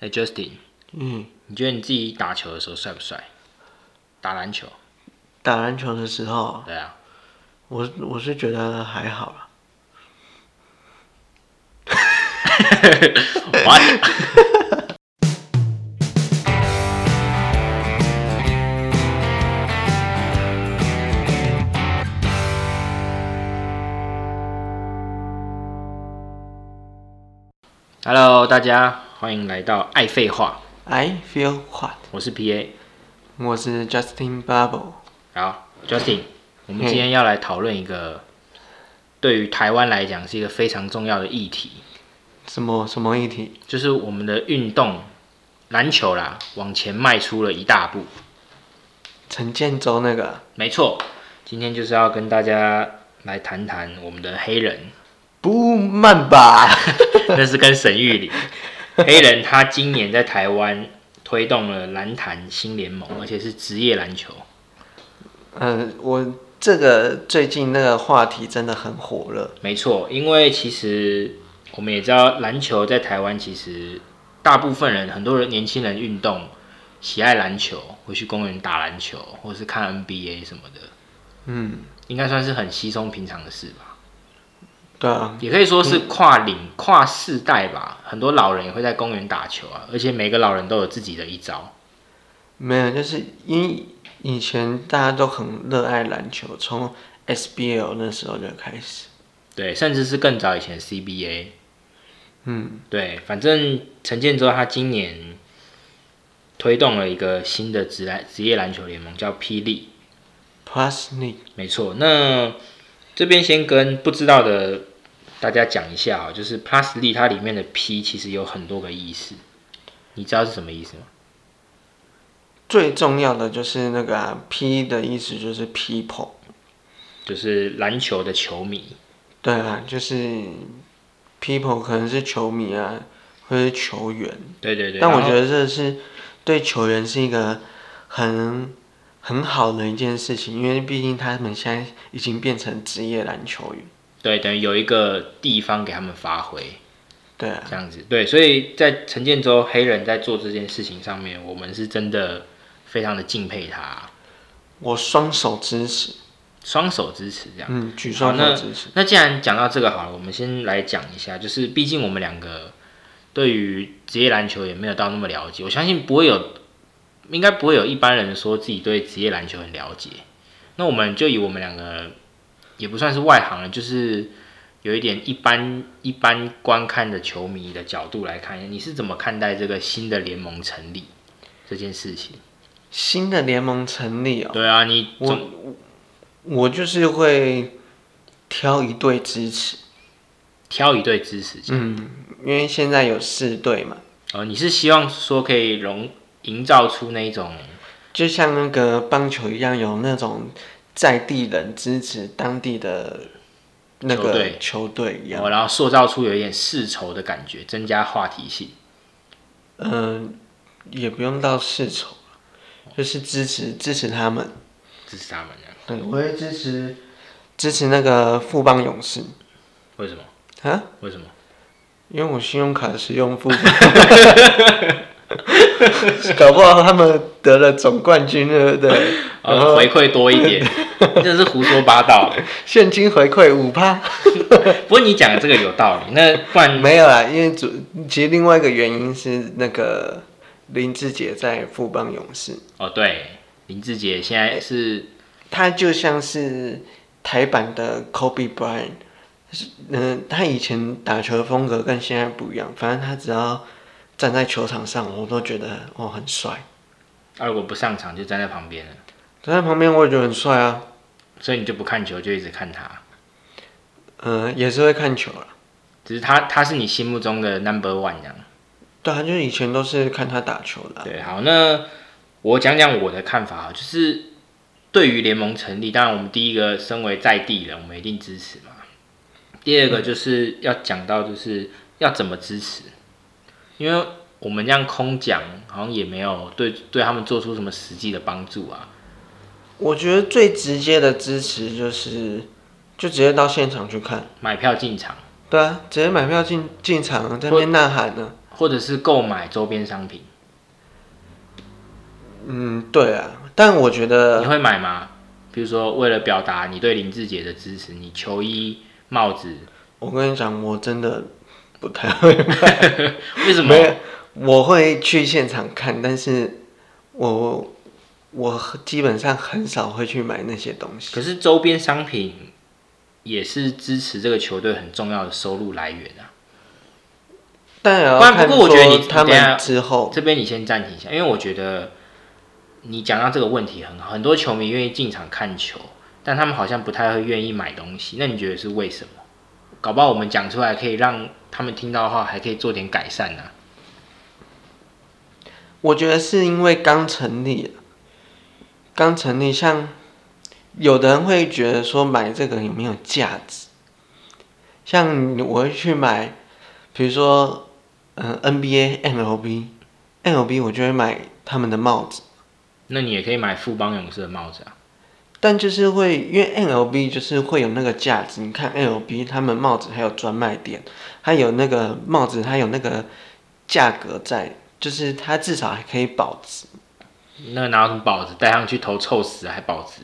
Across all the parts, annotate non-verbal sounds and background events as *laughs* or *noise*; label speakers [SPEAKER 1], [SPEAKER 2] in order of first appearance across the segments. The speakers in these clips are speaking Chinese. [SPEAKER 1] 哎、j u s t i n
[SPEAKER 2] 嗯，
[SPEAKER 1] 你觉得你自己打球的时候帅不帅？打篮球，
[SPEAKER 2] 打篮球的时候，
[SPEAKER 1] 对啊，
[SPEAKER 2] 我我是觉得还好啦。
[SPEAKER 1] What？Hello，大家欢迎来到爱废话，
[SPEAKER 2] I feel what？
[SPEAKER 1] 我是 PA，
[SPEAKER 2] 我是 Justin Bubble。
[SPEAKER 1] 好，Justin，我们
[SPEAKER 2] 嘿
[SPEAKER 1] 今天要来讨论一个对于台湾来讲是一个非常重要的议题，
[SPEAKER 2] 什么什么议题？
[SPEAKER 1] 就是我们的运动篮球啦，往前迈出了一大步。
[SPEAKER 2] 陈建州那个
[SPEAKER 1] 没错，今天就是要跟大家来谈谈我们的黑人，
[SPEAKER 2] 不慢吧？ *laughs*
[SPEAKER 1] *laughs* 那是跟沈玉里黑人，他今年在台湾推动了篮坛新联盟，而且是职业篮球。
[SPEAKER 2] 嗯，我这个最近那个话题真的很火热。
[SPEAKER 1] 没错，因为其实我们也知道，篮球在台湾其实大部分人，很多人年轻人运动喜爱篮球，会去公园打篮球，或是看 NBA 什么的，
[SPEAKER 2] 嗯，
[SPEAKER 1] 应该算是很稀松平常的事吧。
[SPEAKER 2] 对啊，
[SPEAKER 1] 也可以说是跨领、跨世代吧，很多老人也会在公园打球啊，而且每个老人都有自己的一招。
[SPEAKER 2] 没有，就是因为以前大家都很热爱篮球，从 SBL 那时候就开始。
[SPEAKER 1] 对，甚至是更早以前 CBA，
[SPEAKER 2] 嗯，
[SPEAKER 1] 对，反正陈建州他今年推动了一个新的职篮职业篮球联盟，叫霹雳。
[SPEAKER 2] Plus n i
[SPEAKER 1] 没错，那这边先跟不知道的大家讲一下啊，就是 Plus Lee 它里面的 P 其实有很多个意思，你知道是什么意思吗？
[SPEAKER 2] 最重要的就是那个、啊、P 的意思就是 people，
[SPEAKER 1] 就是篮球的球迷，
[SPEAKER 2] 对啊，就是 people 可能是球迷啊，或者是球员，
[SPEAKER 1] 对对对。
[SPEAKER 2] 但我
[SPEAKER 1] 然后
[SPEAKER 2] 觉得这是对球员是一个很很好的一件事情，因为毕竟他们现在已经变成职业篮球员，
[SPEAKER 1] 对，等于有一个地方给他们发挥，
[SPEAKER 2] 对啊，
[SPEAKER 1] 这样子。对，所以在陈建州黑人在做这件事情上面，我们是真的非常的敬佩他，
[SPEAKER 2] 我双手支持，
[SPEAKER 1] 双手支持这样。
[SPEAKER 2] 嗯，举双
[SPEAKER 1] 好那
[SPEAKER 2] 手支持，
[SPEAKER 1] 那既然讲到这个好了，我们先来讲一下，就是毕竟我们两个对于职业篮球也没有到那么了解，我相信不会有，应该不会有一般人说自己对职业篮球很了解。那我们就以我们两个也不算是外行了，就是有一点一般一般观看的球迷的角度来看，你是怎么看待这个新的联盟成立这件事情？
[SPEAKER 2] 新的联盟成立哦，
[SPEAKER 1] 对啊，你
[SPEAKER 2] 我
[SPEAKER 1] 总
[SPEAKER 2] 我就是会挑一队支持，
[SPEAKER 1] 挑一队支持，
[SPEAKER 2] 嗯，因为现在有四队嘛。
[SPEAKER 1] 呃，你是希望说可以融营造出那一种。
[SPEAKER 2] 就像那个棒球一样，有那种在地人支持当地的那
[SPEAKER 1] 球
[SPEAKER 2] 个
[SPEAKER 1] 队
[SPEAKER 2] 球队一样。
[SPEAKER 1] 哦，然后塑造出有一点世仇的感觉，增加话题性。
[SPEAKER 2] 嗯、也不用到世仇，就是支持支持他们。
[SPEAKER 1] 这是他们的，
[SPEAKER 2] 对，我会支持支持那个富邦勇士
[SPEAKER 1] 为什么？
[SPEAKER 2] 啊，
[SPEAKER 1] 为什么？
[SPEAKER 2] 因为我信用卡是用
[SPEAKER 1] *laughs*
[SPEAKER 2] 富邦。搞不好他们得了总冠军，对不对？然
[SPEAKER 1] 呃，
[SPEAKER 2] 后
[SPEAKER 1] 回馈多一
[SPEAKER 2] *laughs*
[SPEAKER 1] 点，真的是胡说八道。
[SPEAKER 2] 现金回馈五趴。
[SPEAKER 1] 不过你讲的这个有道理，那不然
[SPEAKER 2] 没有啦，因为主其实另外一个原因是那个林志杰在富邦勇士，
[SPEAKER 1] 哦，对，林志杰现在是
[SPEAKER 2] 他就像是台版的 Kobe Bryant，是嗯、他以前打球的风格跟现在不一样，反正他只要站在球场上，我都觉得哦很帅，
[SPEAKER 1] 啊，如果不上场就站在旁边了，
[SPEAKER 2] 站在旁边我也觉得很帅啊，
[SPEAKER 1] 所以你就不看球，就一直看他。
[SPEAKER 2] 嗯、也是会看球啦，
[SPEAKER 1] 只是他，他是你心目中的 number one 这样。
[SPEAKER 2] 对啊，就是以前都是看他打球的啊、
[SPEAKER 1] 对，好，那我讲讲我的看法啊，就是对于联盟成立，当然我们第一个身为在地人，我们一定支持嘛。第二个
[SPEAKER 2] 嗯
[SPEAKER 1] 就是要讲到，就是要怎么支持，因为我们这样空讲，好像也没有对对他们做出什么实际的帮助啊。
[SPEAKER 2] 我觉得最直接的支持就是就直接到现场去看。
[SPEAKER 1] 买票进场，
[SPEAKER 2] 对啊，直接买票进进场，在那边呐喊呢、
[SPEAKER 1] 或者是购买周边商品，
[SPEAKER 2] 嗯，对啊，但我觉得
[SPEAKER 1] 你会买吗？比如说，为了表达你对林志杰的支持，你球衣、帽子，
[SPEAKER 2] 我跟你讲，我真的不
[SPEAKER 1] *laughs*
[SPEAKER 2] 太会
[SPEAKER 1] 为什么
[SPEAKER 2] 没？有，我会去现场看，但是我我基本上很少会去买那些东西。
[SPEAKER 1] 可是周边商品也是支持这个球队很重要的收入来源啊。
[SPEAKER 2] 但也要
[SPEAKER 1] 不然不
[SPEAKER 2] 看
[SPEAKER 1] 过我觉得
[SPEAKER 2] 说
[SPEAKER 1] 你
[SPEAKER 2] 他
[SPEAKER 1] 等一下
[SPEAKER 2] 们之后，
[SPEAKER 1] 这边你先暂停一下，因为我觉得你讲到这个问题很好，很多球迷愿意进场看球，但他们好像不太会愿意买东西。那你觉得是为什么？搞不好我们讲出来可以让他们听到的话，还可以做点改善啊呢、
[SPEAKER 2] 我觉得是因为刚成立，刚成立，像有的人会觉得说买这个有没有价值？像我会去买，比如说嗯、呃 NBA、MLB、MLB，我就会买他们的帽子。
[SPEAKER 1] 那你也可以买富邦勇士的帽子啊。
[SPEAKER 2] 但就是会，因为 NLB 就是会有那个价值。你看 NLB 他们帽子还有专卖店，还有那个帽子，它有那个价格在，就是它至少还可以保值。
[SPEAKER 1] 那拿什么保值？戴上去头臭死还保值？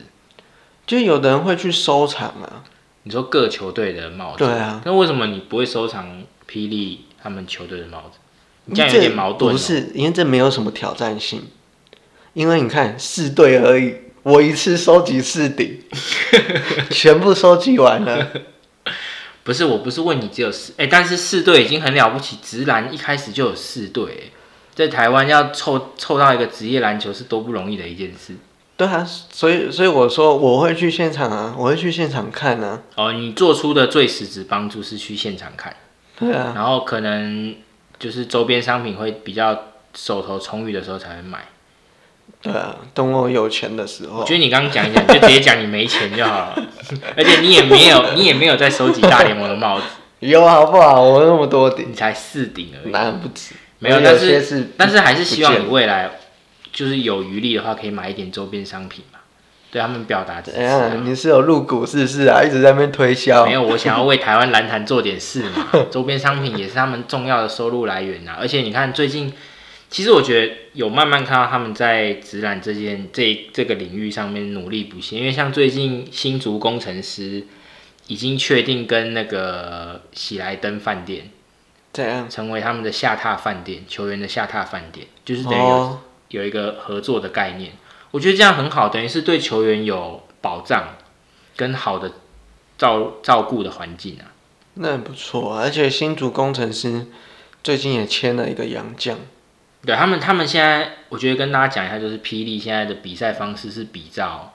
[SPEAKER 2] 就有的人会去收藏啊，
[SPEAKER 1] 你说各球队的帽子，
[SPEAKER 2] 对啊，
[SPEAKER 1] 那为什么你不会收藏霹雳他们球队的帽子？你这
[SPEAKER 2] 因为
[SPEAKER 1] 样有点矛盾、哦。
[SPEAKER 2] 不是，因为嗯这没有什么挑战性，因为你看四对而已，我一次收集四 *laughs* 顶，全部收集完了。
[SPEAKER 1] 不是，我不是问你只有四，哎、但是四队已经很了不起，直男一开始就有四队、哎在台湾要凑凑到一个职业篮球是多不容易的一件事。
[SPEAKER 2] 对啊，所以所以我说我会去现场啊，我会去现场看啊，
[SPEAKER 1] 哦，你做出的最实质帮助是去现场看，
[SPEAKER 2] 对啊。
[SPEAKER 1] 然后可能就是周边商品会比较手头充裕的时候才会买。
[SPEAKER 2] 对啊，等我有钱的时
[SPEAKER 1] 我
[SPEAKER 2] 候
[SPEAKER 1] 觉，得你刚刚讲一讲，你就直接讲你没钱就好了，而且你也没有，你也没有在收集大联盟的帽子，
[SPEAKER 2] 有好不好？我那么多顶，
[SPEAKER 1] 你才四顶而已。
[SPEAKER 2] 那不止。
[SPEAKER 1] 没有，
[SPEAKER 2] 我
[SPEAKER 1] 但
[SPEAKER 2] 些
[SPEAKER 1] 是
[SPEAKER 2] 是，
[SPEAKER 1] 但是还是希望
[SPEAKER 2] 不
[SPEAKER 1] 你未来就是有余力的话，可以买一点周边商品嘛，对他们表达支持
[SPEAKER 2] 怎
[SPEAKER 1] 啊、
[SPEAKER 2] 样？你是有入股是不是啊？一直在那边推销
[SPEAKER 1] 没。有，我想要为台湾篮坛做点事嘛，周边商品也是他们重要的收入来源呐、啊而且你看最近，其实我觉得有慢慢看到他们在直览这件这这个领域上面努力不懈，因为像最近新竹工程师已经确定跟那个喜来登饭店。
[SPEAKER 2] 怎样？
[SPEAKER 1] 成为他们的下榻饭店，球员的下榻饭店，就是等于有,、
[SPEAKER 2] 哦，
[SPEAKER 1] 有一个合作的概念。我觉得这样很好，等于是对球员有保障，跟好的照照顾的环境啊。
[SPEAKER 2] 那很不错啊。而且新竹工程师最近也签了一个洋将，
[SPEAKER 1] 对他们，他们现在我觉得跟大家讲一下，就是霹雳现在的比赛方式是比照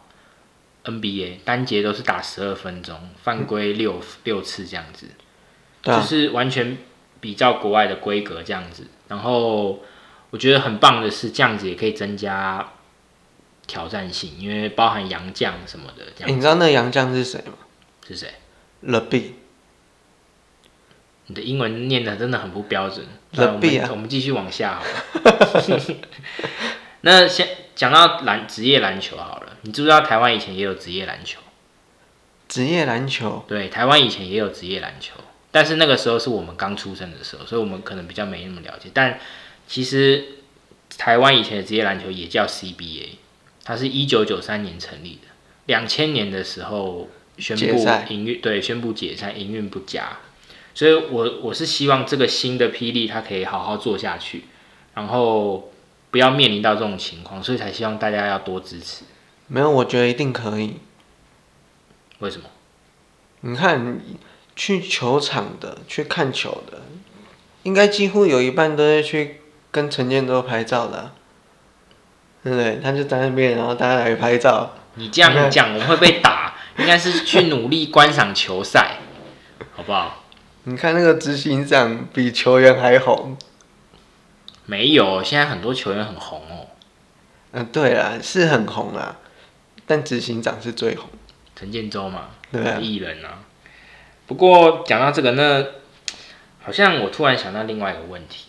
[SPEAKER 1] NBA 单节都是打十二分钟，犯规六六次这样子。
[SPEAKER 2] 对
[SPEAKER 1] 就
[SPEAKER 2] 啊，
[SPEAKER 1] 是完全比照国外的规格这样子。然后我觉得很棒的是，这样子也可以增加挑战性，因为包含洋将什么的，这
[SPEAKER 2] 诶
[SPEAKER 1] 样
[SPEAKER 2] 你知道那个洋将是谁吗
[SPEAKER 1] 是谁？
[SPEAKER 2] l e b i
[SPEAKER 1] 你的英文念的真的很不标准。
[SPEAKER 2] The
[SPEAKER 1] 那我
[SPEAKER 2] Bee
[SPEAKER 1] 们
[SPEAKER 2] 啊
[SPEAKER 1] 我们继续往下好了。 *laughs* 那先讲到篮职业篮球好了，你知不知道台湾以前也有职业篮球？
[SPEAKER 2] 职业篮球
[SPEAKER 1] 对，台湾以前也有职业篮球，但是那个时候是我们刚出生的时候，所以我们可能比较没那么了解。但其实台湾以前的职业篮球也叫 CBA，它是一九九三年成立的，两千年的时候宣
[SPEAKER 2] 解
[SPEAKER 1] 布
[SPEAKER 2] 散
[SPEAKER 1] 营运，对，宣布解散，营运不佳。所以我我是希望这个新的霹雳它可以好好做下去，然后不要面临到这种情况，所以才希望大家要多支持。
[SPEAKER 2] 没有，我觉得一定可以。
[SPEAKER 1] 为什么？
[SPEAKER 2] 你看，去球场的，去看球的，应该几乎有一半都是去跟陈建州拍照的啊、对不对？他就在那边，然后大家来拍照。
[SPEAKER 1] 你这样讲，我们会被打。应该是去努力观赏球赛，好不好？
[SPEAKER 2] 你看那个执行长比球员还红。
[SPEAKER 1] 没有，现在很多球员很红哦。
[SPEAKER 2] 嗯、对啦，是很红啦，但执行长是最红。
[SPEAKER 1] 陈建州嘛，
[SPEAKER 2] 对啊
[SPEAKER 1] 艺人啊。不过讲到这个，那好像我突然想到另外一个问题，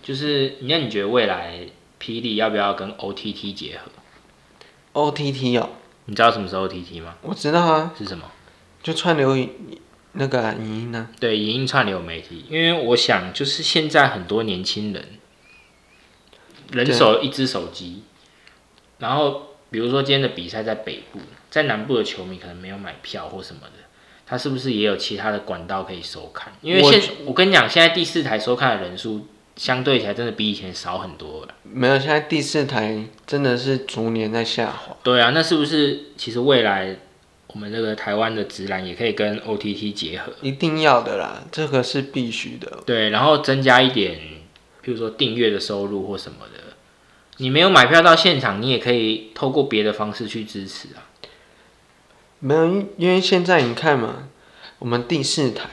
[SPEAKER 1] 就是那你觉得未来霹雳要不要跟 OTT 结合？
[SPEAKER 2] O T T 哦，
[SPEAKER 1] 你知道什么是 OTT 吗？
[SPEAKER 2] 我知道啊，
[SPEAKER 1] 是什么？
[SPEAKER 2] 就串流影那个啊影音呢、
[SPEAKER 1] 对影音串流媒体，因为我想就是现在很多年轻人，人手一只手机，然后比如说今天的比赛在北部，在南部的球迷可能没有买票或什么的，他是不是也有其他的管道可以收看？因为
[SPEAKER 2] 我
[SPEAKER 1] 现我跟你讲，现在第四台收看的人数相对起来真的比以前少很多了。
[SPEAKER 2] 没有，现在第四台真的是逐年在下滑。
[SPEAKER 1] 对啊，那是不是其实未来我们这个台湾的直男也可以跟 OTT 结合？
[SPEAKER 2] 一定要的啦，这个是必须的。
[SPEAKER 1] 对，然后增加一点，譬如说订阅的收入或什么的。你没有买票到现场，你也可以透过别的方式去支持啊。
[SPEAKER 2] 没有，因因为现在你看嘛，我们第四台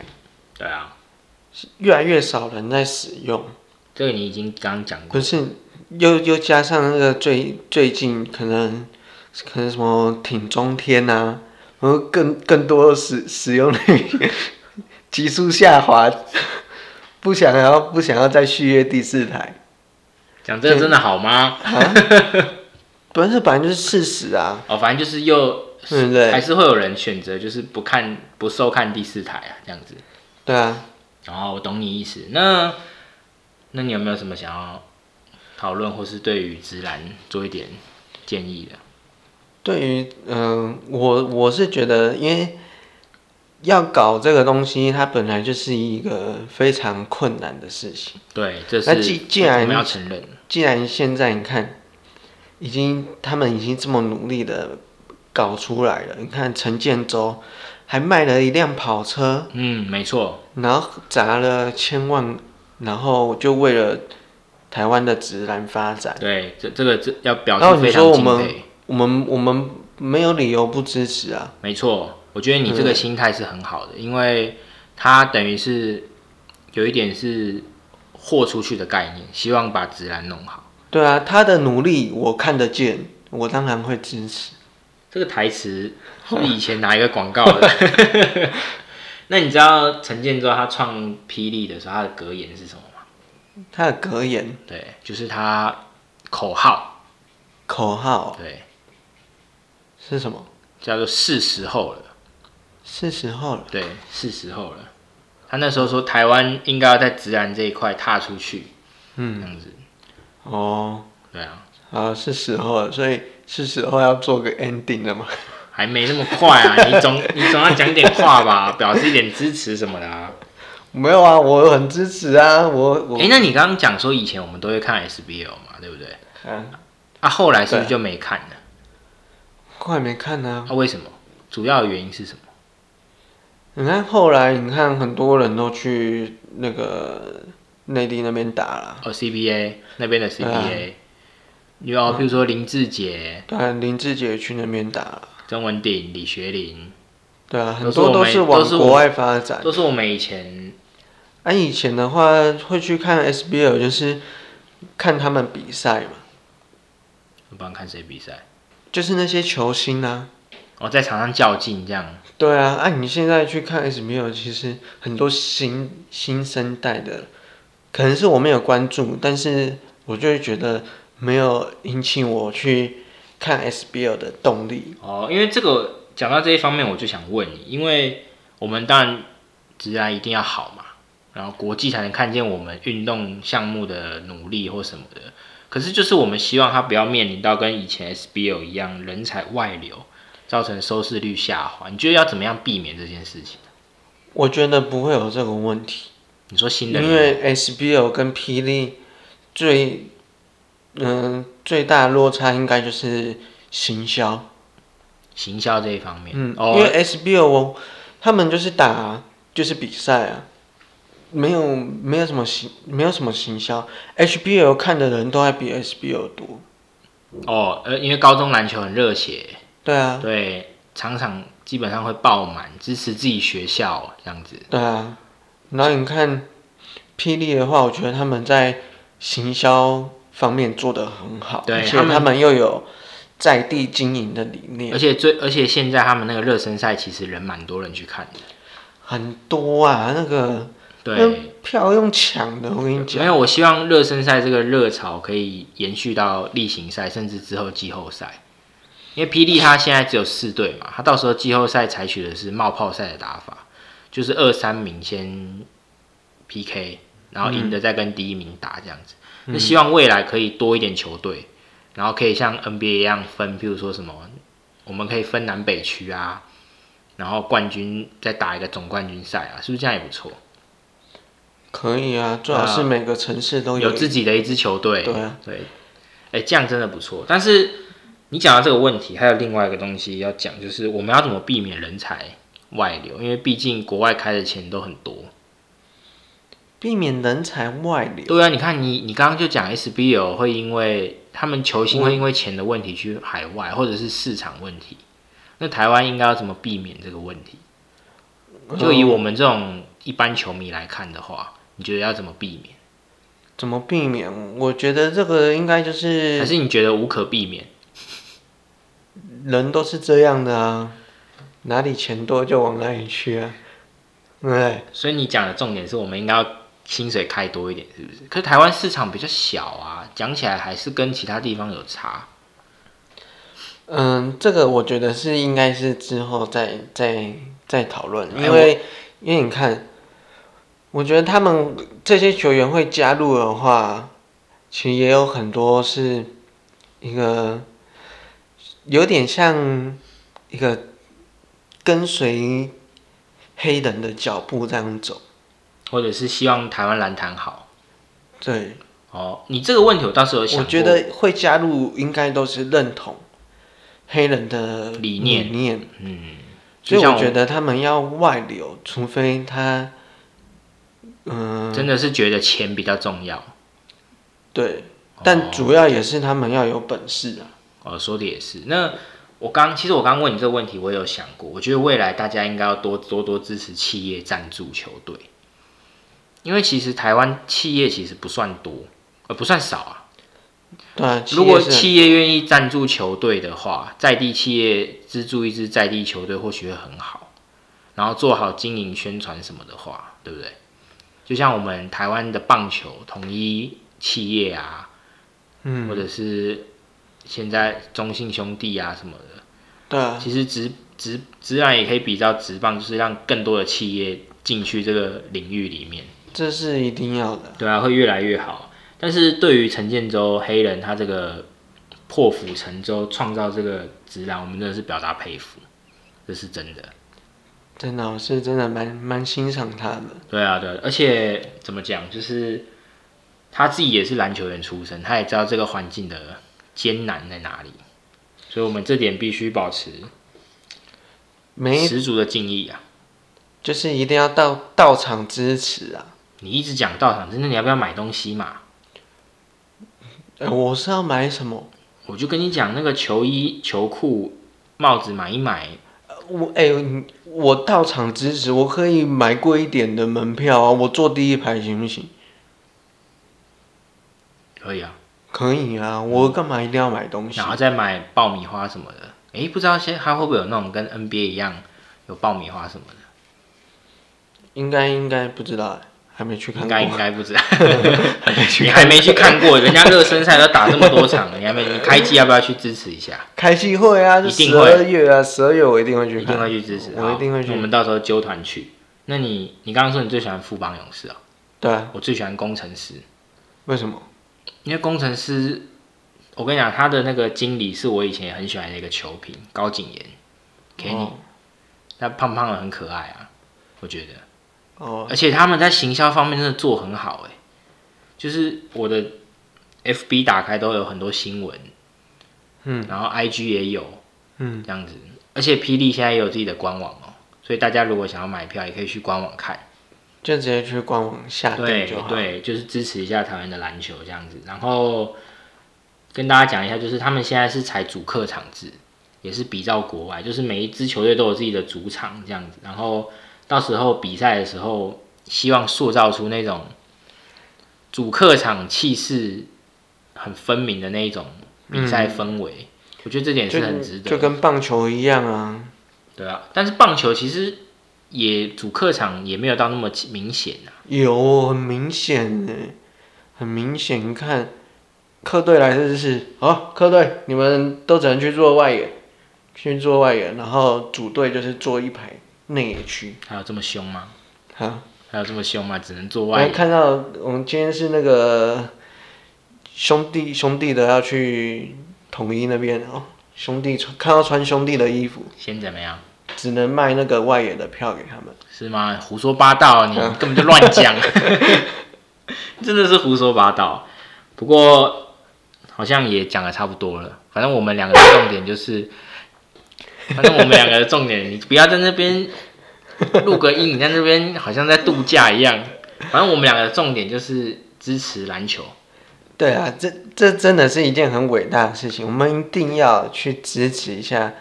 [SPEAKER 1] 对啊，
[SPEAKER 2] 越来越少人在使用，
[SPEAKER 1] 这个你已经刚刚讲过
[SPEAKER 2] 不。是又又加上那个最最近可能可能什么挺中天啊，然后更更多使使用率急速下滑，不想要不想要再续约第四台，
[SPEAKER 1] 讲这个真的好吗？
[SPEAKER 2] 不是本来就是事实啊，
[SPEAKER 1] 哦，反正就是又
[SPEAKER 2] 对不对？
[SPEAKER 1] 还是会有人选择就是不看不收看第四台啊，这样子。
[SPEAKER 2] 对啊，
[SPEAKER 1] 哦，我懂你意思。那那你有没有什么想要讨论，或是对于直男做一点建议的？
[SPEAKER 2] 对于嗯、我我是觉得，因为要搞这个东西，它本来就是一个非常困难的事情。
[SPEAKER 1] 对，这
[SPEAKER 2] 那
[SPEAKER 1] 是
[SPEAKER 2] 既既然呃
[SPEAKER 1] 我们要承认，
[SPEAKER 2] 既然现在你看，已经他们已经这么努力的搞出来了，你看陈建州还卖了一辆跑车，
[SPEAKER 1] 嗯，没错，
[SPEAKER 2] 然后砸了千万，然后就为了台湾的直男发展，
[SPEAKER 1] 对，这这个这要表
[SPEAKER 2] 然后
[SPEAKER 1] 示
[SPEAKER 2] 你
[SPEAKER 1] 非
[SPEAKER 2] 说
[SPEAKER 1] 常
[SPEAKER 2] 我
[SPEAKER 1] 敬
[SPEAKER 2] 们
[SPEAKER 1] 佩。
[SPEAKER 2] 我们我们没有理由不支持啊。
[SPEAKER 1] 没错，我觉得你这
[SPEAKER 2] 嗯
[SPEAKER 1] 个心态是很好的，因为它等于是有一点是豁出去的概念，希望把直男弄好。
[SPEAKER 2] 对啊，他的努力我看得见，我当然会支持。
[SPEAKER 1] 这个台词是不是以前哪一个广告的？
[SPEAKER 2] *laughs*
[SPEAKER 1] *laughs* 那你知道陈建州他创霹雳的时候，他的格言是什么吗？
[SPEAKER 2] 他的格言、
[SPEAKER 1] 对，就是他口号，
[SPEAKER 2] 口号
[SPEAKER 1] 对，
[SPEAKER 2] 是什么？
[SPEAKER 1] 叫做“是时候了
[SPEAKER 2] 是时候了。”，
[SPEAKER 1] 对，是时候了。他那时候说，台湾应该要在直男这一块踏出去，这
[SPEAKER 2] 嗯，
[SPEAKER 1] 样子，
[SPEAKER 2] 哦，
[SPEAKER 1] 对啊，
[SPEAKER 2] 啊，是时候了，所以是时候要做个 ending 了嘛？
[SPEAKER 1] 还没那么快啊，你总你总要讲点话吧，表示一点支持什么的啊。
[SPEAKER 2] 没有啊，我很支持啊，我我
[SPEAKER 1] 哎、那你刚刚讲说以前我们都会看 SBL 嘛，对不对？
[SPEAKER 2] 啊，
[SPEAKER 1] 啊，后来是不
[SPEAKER 2] 对
[SPEAKER 1] 是就没看了？
[SPEAKER 2] 快没看呢、
[SPEAKER 1] 啊，
[SPEAKER 2] 啊。
[SPEAKER 1] 为什么？主要的原因是什么？
[SPEAKER 2] 你看后来，你看很多人都去那个内地那边打了，
[SPEAKER 1] 哦，CBA 那边的
[SPEAKER 2] 对啊
[SPEAKER 1] CBA，有啊，比如说林志杰、
[SPEAKER 2] 对、啊，林志杰也去那边打了，
[SPEAKER 1] 曾文鼎、李学林，
[SPEAKER 2] 对啊，
[SPEAKER 1] 都
[SPEAKER 2] 很
[SPEAKER 1] 是我们
[SPEAKER 2] 多都是往
[SPEAKER 1] 都是我
[SPEAKER 2] 国外发展。
[SPEAKER 1] 都是我们以前
[SPEAKER 2] 啊，以前的话会去看 SBL，就是看他们比赛嘛，
[SPEAKER 1] 我不知道看谁比赛，
[SPEAKER 2] 就是那些球星啊。
[SPEAKER 1] 哦，在场上较劲这样。
[SPEAKER 2] 对啊，啊，你现在去看 SBL，其实很多新新生代的，可能是我没有关注，但是我就会觉得没有引起我去看 SBL 的动力。
[SPEAKER 1] 哦，因为这个讲到这一方面，我就想问你，因为我们当然职安一定要好嘛，然后国际才能看见我们运动项目的努力或什么的。可是就是我们希望它不要面临到跟以前 SBL 一样人才外流，造成收视率下滑。你觉得要怎么样避免这件事情？
[SPEAKER 2] 我觉得不会有这个问题，
[SPEAKER 1] 你说新的
[SPEAKER 2] 因
[SPEAKER 1] 人
[SPEAKER 2] 为 SBL 跟霹雳最嗯、最大的落差应该就是行销。
[SPEAKER 1] 行销这一方面，
[SPEAKER 2] 嗯，因
[SPEAKER 1] 哦，
[SPEAKER 2] 为 SBL 哦他们就是打就是比赛啊，没有没有什么行没有什么行销，HBL 看的人都还比 SBL 多。
[SPEAKER 1] 哦，呃，因为高中篮球很热血，
[SPEAKER 2] 对啊，
[SPEAKER 1] 对，场场基本上会爆满，支持自己学校这样子。
[SPEAKER 2] 对啊。然后你看霹雳的话，我觉得他们在行销方面做得很好，
[SPEAKER 1] 对
[SPEAKER 2] 而且
[SPEAKER 1] 他们
[SPEAKER 2] 他们又有在地经营的理念
[SPEAKER 1] 而，且最而且现在他们那个热身赛其实人蛮多人去看的，
[SPEAKER 2] 很多啊，那个那
[SPEAKER 1] 对。
[SPEAKER 2] 票用抢的，我跟你
[SPEAKER 1] 没
[SPEAKER 2] 讲，
[SPEAKER 1] 有，我希望热身赛这个热潮可以延续到例行赛，甚至之后季后赛。因为霹雳它现在只有四队嘛，它到时候季后赛采取的是冒泡赛的打法，就是二三名先 PK，然后赢的再跟第一名打这样子。
[SPEAKER 2] 嗯
[SPEAKER 1] 那希望未来可以多一点球队，然后可以像 NBA 一样分，譬如说什么，我们可以分南北区啊，然后冠军再打一个总冠军赛啊，是不是这样也不错？
[SPEAKER 2] 可以啊，最好是每个城市都
[SPEAKER 1] 有
[SPEAKER 2] 有一
[SPEAKER 1] 自己的一支球队，
[SPEAKER 2] 对啊，
[SPEAKER 1] 对，哎、这样真的不错。但是你讲到这个问题，还有另外一个东西要讲，就是我们要怎么避免人才外流？因为毕竟国外开的钱都很多。
[SPEAKER 2] 避免人才外流。
[SPEAKER 1] 对啊，你看你你刚刚就讲 SBL 会因为他们球星会因为钱的问题去海外，或者是市场问题。那台湾应该要怎么避免这个问题？就以我们这种一般球迷来看的话，你觉得要怎么避免？
[SPEAKER 2] 怎么避免？我觉得这个应该就
[SPEAKER 1] 还
[SPEAKER 2] 是
[SPEAKER 1] 是你觉得无可避免？
[SPEAKER 2] 人都是这样的啊，哪里钱多就往哪里去啊，对不对，
[SPEAKER 1] 所以你讲的重点是我们应该要薪水开多一点，是不是？可是台湾市场比较小啊，讲起来还是跟其他地方有差。
[SPEAKER 2] 嗯，这个我觉得是应该是之后再再再讨论，
[SPEAKER 1] 哎
[SPEAKER 2] 因为、因为你看，我觉得他们这些球员会加入的话，其实也有很多是一个有点像一个跟随黑人的脚步这样走，
[SPEAKER 1] 或者是希望台湾篮坛好
[SPEAKER 2] 对，
[SPEAKER 1] 哦。你这个问题我倒是有想过，
[SPEAKER 2] 我觉得会加入应该都是认同黑人的
[SPEAKER 1] 理念
[SPEAKER 2] 理念，
[SPEAKER 1] 嗯，
[SPEAKER 2] 所
[SPEAKER 1] 就
[SPEAKER 2] 以
[SPEAKER 1] 像
[SPEAKER 2] 我
[SPEAKER 1] 我
[SPEAKER 2] 觉得他们要外流，除非他，嗯、
[SPEAKER 1] 真的是觉得钱比较重要。
[SPEAKER 2] 对，但主要也是他们要有本事啊。
[SPEAKER 1] 哦，说的也是。那我刚其实我刚问你这个问题，我也有想过，我觉得未来大家应该要多多多支持企业赞助球队，因为其实台湾企业其实不算多，呃，不算少啊。
[SPEAKER 2] 对啊，企业
[SPEAKER 1] 如果
[SPEAKER 2] 是很
[SPEAKER 1] 企业愿意赞助球队的话，在地企业资助一支在地球队或许会很好，然后做好经营宣传什么的话，对不对？就像我们台湾的棒球统一企业啊，或
[SPEAKER 2] 嗯，
[SPEAKER 1] 者是现在中信兄弟啊什么的，
[SPEAKER 2] 对啊，
[SPEAKER 1] 其实直直直然也可以比较直棒，就是让更多的企业进去这个领域里面。
[SPEAKER 2] 这是一定要的。
[SPEAKER 1] 对啊，会越来越好。但是对于陈建州黑人他这个破釜沉舟创造这个直男，我们真的是表达佩服，这是真的。
[SPEAKER 2] 真的，我是真的蛮蛮欣赏他的。
[SPEAKER 1] 对啊，对啊而且怎么讲，就是他自己也是篮球员出身，他也知道这个环境的艰难在哪里，所以我们这点必须保持
[SPEAKER 2] 没，
[SPEAKER 1] 十足的敬意啊！
[SPEAKER 2] 就是一定要到到场支持啊！
[SPEAKER 1] 你一直讲到场，真的你要不要买东西嘛？
[SPEAKER 2] 呃我是要买什么？
[SPEAKER 1] 我就跟你讲，那个球衣、球裤、帽子买一买，
[SPEAKER 2] 我哎、你我到场支持，我可以买贵一点的门票啊，我坐第一排行不行？
[SPEAKER 1] 可以啊。
[SPEAKER 2] 可以啊，我干嘛一定要买东西
[SPEAKER 1] 然？后再买爆米花什么的。诶，不知道现在还会不会有那种跟 NBA 一样有爆米花什么的？
[SPEAKER 2] 应该应该不知道欸，还没去看
[SPEAKER 1] 应该应
[SPEAKER 2] 过。
[SPEAKER 1] 该不
[SPEAKER 2] *laughs*
[SPEAKER 1] 知道，你还没去看过，人家热身赛都打这么多场了，你还没你开季要不要去支持一下？
[SPEAKER 2] 开季会啊，就
[SPEAKER 1] 一定
[SPEAKER 2] 十
[SPEAKER 1] 会
[SPEAKER 2] 二月啊，十二月我一定会去
[SPEAKER 1] 一定
[SPEAKER 2] 看。
[SPEAKER 1] 会去支持，
[SPEAKER 2] 我一定会
[SPEAKER 1] 好嗯
[SPEAKER 2] 去
[SPEAKER 1] 那我们到时候揪团去。那你你刚刚说你最喜欢富邦勇士啊、
[SPEAKER 2] 对啊，
[SPEAKER 1] 我最喜欢工程师，
[SPEAKER 2] 为什么？
[SPEAKER 1] 因为工程师，我跟你讲，他的那个经理是我以前也很喜欢的一个球评高景言，给你，
[SPEAKER 2] 哦
[SPEAKER 1] 他胖胖的很可爱啊，我觉得。
[SPEAKER 2] 哦，
[SPEAKER 1] 而且他们在行销方面真的做很好哎、就是我的 FB 打开都有很多新闻，
[SPEAKER 2] 嗯
[SPEAKER 1] 然后 IG 也有
[SPEAKER 2] 嗯，
[SPEAKER 1] 这样子，而且霹雳现在也有自己的官网哦，所以大家如果想要买票，也可以去官网看。
[SPEAKER 2] 就直接去官网下
[SPEAKER 1] 对
[SPEAKER 2] 订啊就好。
[SPEAKER 1] 对，就是支持一下台湾的篮球这样子。然后跟大家讲一下，就是他们现在是采主客场制，也是比照国外，就是每一支球队都有自己的主场这样子。然后到时候比赛的时候，希望塑造出那种主客场气势很分明的那一种比赛氛围。我觉得这点是很值
[SPEAKER 2] 嗯就
[SPEAKER 1] 得
[SPEAKER 2] 就跟棒球一样啊，
[SPEAKER 1] 对啊。但是棒球其实也主客场也没有到那么明显啊。
[SPEAKER 2] 有很明显呢，很明显。你看，客队来的就是，好，客队你们都只能去做外野，去做外野，然后主队就是坐一排，内野区。
[SPEAKER 1] 还有这么凶吗？
[SPEAKER 2] 好，
[SPEAKER 1] 还有这么凶吗？只能做
[SPEAKER 2] 我
[SPEAKER 1] 外
[SPEAKER 2] 还
[SPEAKER 1] 野。
[SPEAKER 2] 看到我们今天是那个兄弟兄弟的要去统一那边哦，兄弟穿看到穿兄弟的衣服，
[SPEAKER 1] 先怎么样？
[SPEAKER 2] 只能卖那个外野的票给他们。
[SPEAKER 1] 是吗？胡说八道，你
[SPEAKER 2] 嗯
[SPEAKER 1] 根本就乱
[SPEAKER 2] *laughs*
[SPEAKER 1] 讲，真的是胡说八道。不过好像也讲的差不多了，反正我们两个的重点就是，反正我们两个的重点，你不要在那边录个音，你在那边好像在度假一样。反正我们两个的重点就是支持篮球，
[SPEAKER 2] 对啊，这这真的是一件很伟大的事情，我们一定要去支持一下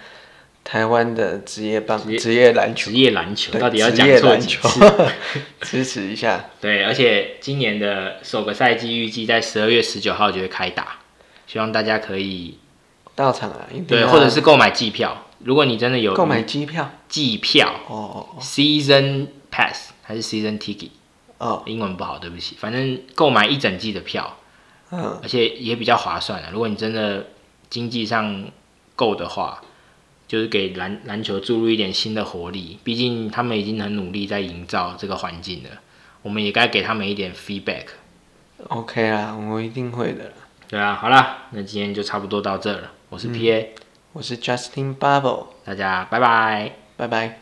[SPEAKER 2] 台湾的职业棒、
[SPEAKER 1] 职业
[SPEAKER 2] 职业篮球
[SPEAKER 1] 职，业篮球
[SPEAKER 2] 对
[SPEAKER 1] 到底要
[SPEAKER 2] 职
[SPEAKER 1] 讲
[SPEAKER 2] 业
[SPEAKER 1] 错
[SPEAKER 2] 篮
[SPEAKER 1] 几
[SPEAKER 2] 球
[SPEAKER 1] 次？，
[SPEAKER 2] 支持一下。
[SPEAKER 1] 对，而且今年的首个赛季预计在十二月十九号就会开打，希望大家可以
[SPEAKER 2] 到场啊，一定
[SPEAKER 1] 对，
[SPEAKER 2] 要
[SPEAKER 1] 或者是购买季票。如果你真的有
[SPEAKER 2] 购买机票。
[SPEAKER 1] 季票
[SPEAKER 2] 哦哦
[SPEAKER 1] ，season pass 还是 season ticket，
[SPEAKER 2] 哦，
[SPEAKER 1] 英文不好，对不起，反正购买一整季的票，
[SPEAKER 2] 嗯，
[SPEAKER 1] 而且也比较划算啊的。如果你真的经济上够的话，就是给篮篮球注入一点新的活力，毕竟他们已经很努力在营造这个环境了，我们也该给他们一点 feedback。
[SPEAKER 2] ，OK 啦，我一定会的啦。
[SPEAKER 1] 对啊，好啦，那今天就差不多到这了。我是 PA，、
[SPEAKER 2] 我是 Justin Bubble，
[SPEAKER 1] 大家拜拜。
[SPEAKER 2] 拜拜。